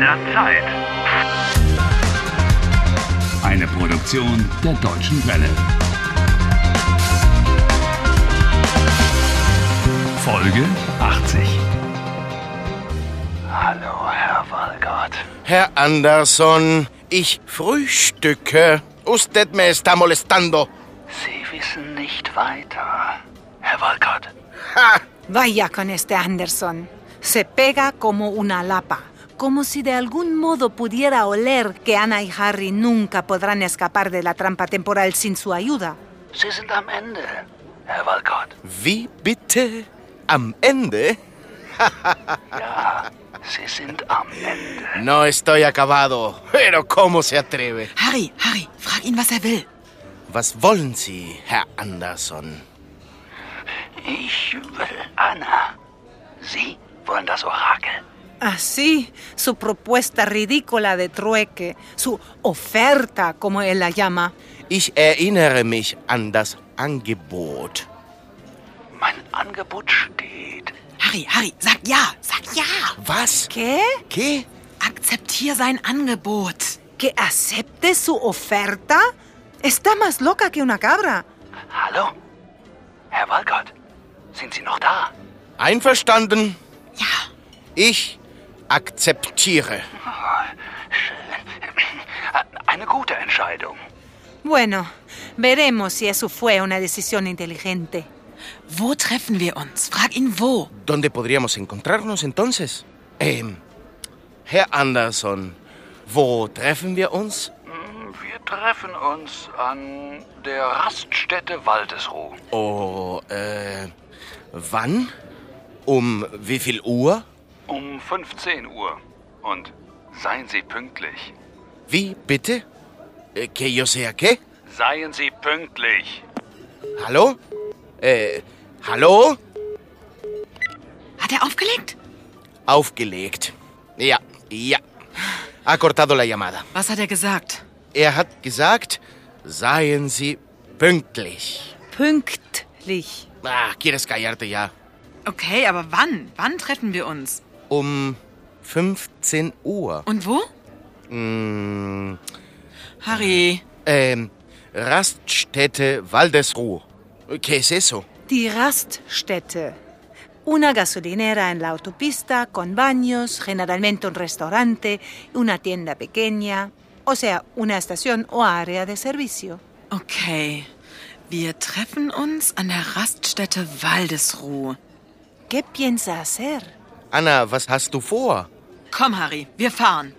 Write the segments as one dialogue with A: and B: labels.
A: der Zeit.
B: Eine Produktion der Deutschen Welle. Folge 80.
A: Hallo, Herr Walgott.
C: Herr Anderson, ich frühstücke. Usted me está molestando.
A: Sie wissen nicht weiter. Herr Walgott,
C: Ha!
D: Vaya con este Anderson. Se pega como una lapa, como si de algún modo pudiera oler que Ana y Harry nunca podrán escapar de la trampa temporal sin su ayuda.
A: Sie sind am Ende. Herr Walgott,
C: Wie bitte? Am Ende?
A: Sie sind am Ende.
C: No estoy acabado. Pero ¿cómo se atreve?
E: Harry, Harry, frag ihn, was er will.
C: Was wollen Sie, Herr Anderson?
A: Ich will Anna. Sie wollen das Orakel.
D: Así, su propuesta ridícula de trueque, su oferta, como él la llama.
C: Ich erinnere mich an das Angebot.
A: Mein Angebot steht.
E: Harry, Harry, sag ja, sag ja.
C: Was?
D: ¿Qué?
C: ¿Qué?
E: Akzeptier sein Angebot.
D: ¿Que acepte su oferta? Está más loca que una cabra.
A: Hallo? Herr Walgott, sind Sie noch da?
C: Einverstanden.
E: Ja,
C: Ich akzeptiere.
A: Eine gute Entscheidung.
D: Bueno, veremos si eso fue una decisión inteligente.
E: wo treffen wir uns? Frag ihn, wo.
C: ¿Dónde podríamos encontrarnos entonces? Ähm, Herr Anderson, wo treffen wir uns?
A: Wir treffen uns an der Raststätte Waldesruh.
C: Oh, äh, wann? Um wie viel Uhr?
A: Um 15 Uhr. Und seien Sie pünktlich.
C: Wie bitte? Äh, que yo sea qué?
A: Seien Sie pünktlich.
C: Hallo? Äh, hallo?
E: Hat er aufgelegt?
C: Aufgelegt. Ja, ja. Ha cortado la llamada.
E: Was hat er gesagt?
C: Er hat gesagt, seien Sie pünktlich.
D: Pünktlich.
C: Ah, quieres callarte ya.
E: Okay, aber wann? Wann treffen wir uns?
C: Um 15 Uhr. Mm.
E: Und wo? Harry,
C: Ähm, Raststätte Waldesruh. ¿Qué es eso?
D: Die Raststätte. Una gasolinera en la autopista con baños, generalmente un restaurante, una tienda pequeña, o sea, una estación o área de servicio.
E: okay. Wir treffen uns an der Raststätte Waldesruh.
D: ¿Qué piensa hacer?
C: Anna, was hast du vor?
E: Komm, Harry, wir fahren.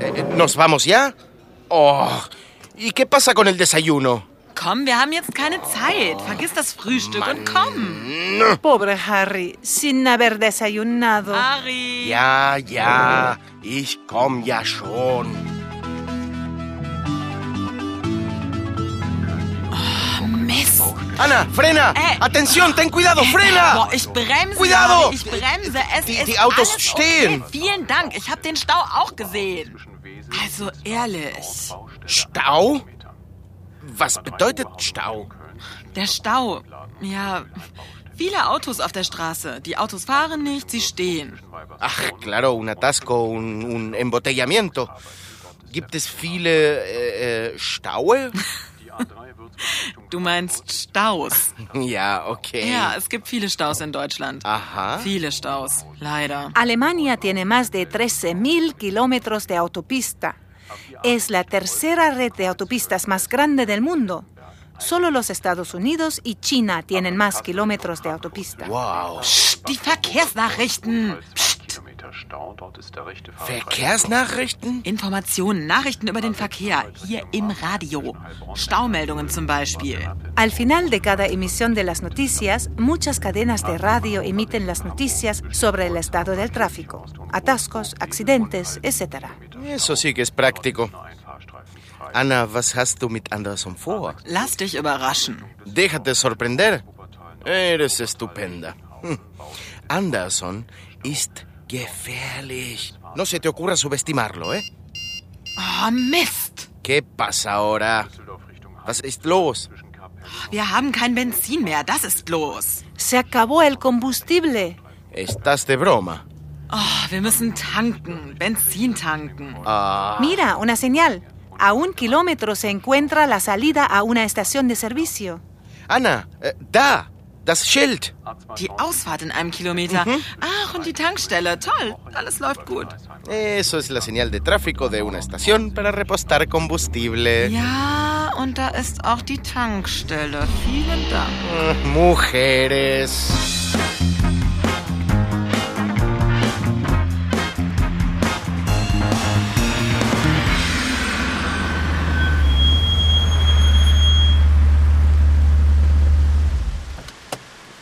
C: Eh, ¿Nos vamos ya? Oh, ¿y qué pasa con el desayuno?
E: Komm, wir haben jetzt keine Zeit. Vergiss das Frühstück und komm.
D: Pobre Harry, sin haber desayunado.
E: Harry.
C: Ja, ja, ich komm ja schon.
E: Mist.
C: Ana, frena.
E: Eh.
C: Atención, ten cuidado, frena.
E: Boah, ich bremse.
C: Cuidado!
E: Harry, Ich bremse. Es
C: Die-
E: ist
C: die Autos
E: alles
C: stehen.
E: Okay. Vielen Dank. Ich habe den Stau auch gesehen. Also ehrlich,
C: Stau? Was bedeutet Stau?
E: der Stau. Ja, viele Autos auf der Straße. Die Autos fahren nicht, sie stehen.
C: Ach, claro, un atasco, un, un embotellamiento. Gibt es viele äh, äh, Staue?
E: Du meinst Staus.
C: Ja, okay.
E: Ja, es gibt viele Staus in Deutschland.
C: Aha.
E: Viele Staus, leider.
D: Alemania tiene más de 13.000 kilómetros de autopista. Es la tercera red de autopistas más grande del mundo. Solo los Estados Unidos y China tienen más kilómetros de autopista.
C: Wow.
E: Die Verkehrsnachrichten. Psst.
C: Verkehrsnachrichten?
E: Informationen, Nachrichten über den Verkehr. Hier im Radio. Staumeldungen zum Beispiel.
D: Al final de cada emisión de las noticias, muchas cadenas de radio emiten las noticias sobre el estado del tráfico, atascos, accidentes, etc.
C: Eso sí que es práctico. Anna, was hast du mit Anderson vor?
E: Lass dich überraschen.
C: Déjate sorprender. Eres estupenda. Hm. Anderson ist gefährlich. No se te ocurra subestimarlo, ¿eh?
E: Oh, Mist.
C: ¿Qué pasa ahora? Was ist los?
E: Wir haben kein Benzin mehr. Das ist los.
D: Se acabó el combustible.
C: Estás de broma.
E: Oh, wir müssen tanken, Benzin tanken.
C: Ah,
D: Mira, una señal. A un kilómetro se encuentra la salida a una estación de servicio.
C: Anna, äh, da, das Schild.
E: Die Ausfahrt in einem Kilometer. Ach, und die Tankstelle. Toll, alles läuft gut.
C: Eso es la señal de tráfico de una estación para repostar
E: Äh.
C: combustible.
E: Ja, und da ist auch die Tankstelle. Vielen Dank.
C: Mujeres.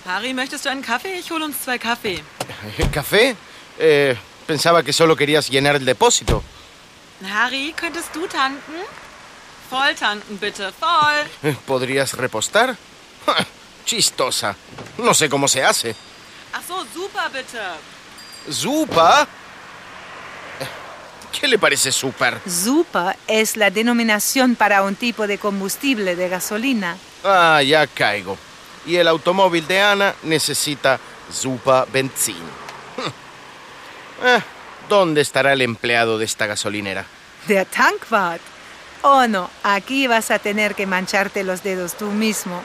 E: Harry, möchtest du einen Kaffee? Ich hole uns zwei Kaffee.
C: ¿Café? Eh, pensaba que solo querías llenar el depósito.
E: Harry, könntest du tanken? Voll tanken, bitte. Voll.
C: Eh, ¿Podrías repostar? Ja, Chistosa. No sé cómo se hace.
E: Ach so, super, bitte.
C: ¿Supa? Eh, ¿Qué le parece súper?
D: Zupa es la denominación para un tipo de combustible de gasolina.
C: Ah, ya caigo. Y el automóvil de Ana necesita Zupa Benzin. Hm. Eh, ¿Dónde estará el empleado de esta gasolinera?
D: Der Tankwart. Oh no, aquí vas a tener que mancharte los dedos tú mismo.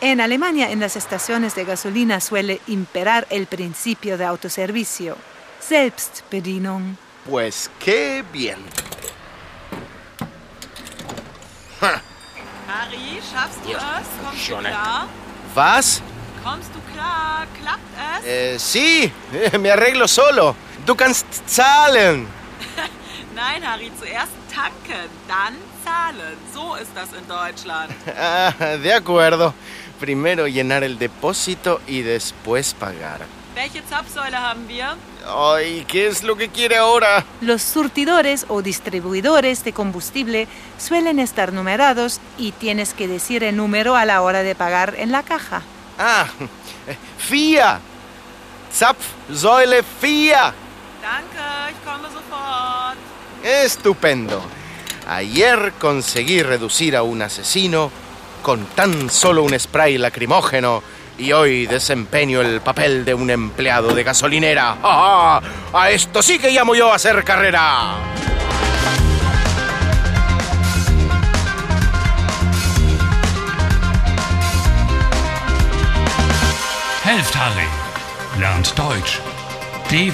D: En Alemania, en las estaciones de gasolina suele imperar el principio de autoservicio. Selbstbedienung.
C: Pues qué bien.
E: Harry, schaffst du es? Kommst du
C: schon.
E: klar?
C: ¿Vas?
E: Kommst du klar? Klappt es?
C: Eh, sí, eh, me arreglo solo. Du kannst zahlen.
E: Nein, Harry, zuerst tanken, dann zahlen. So ist das in Deutschland.
C: Ah, de acuerdo. Primero llenar el depósito y después pagar.
E: Welche Zapfsäule haben wir?
C: Ay, ¿qué es lo que quiere ahora?
D: Los surtidores o distribuidores de combustible suelen estar numerados y tienes que decir el número a la hora de pagar en la caja.
C: Ah, FIA. Zapfsäule FIA.
E: Danke, ich komme sofort.
C: Estupendo. Ayer conseguí reducir a un asesino con tan solo un spray lacrimógeno y hoy desempeño el papel de un empleado de gasolinera. ¡Ah! A esto sí que llamo yo a hacer carrera.
B: Helft Harry. Lernt Deutsch. dw.com/harry.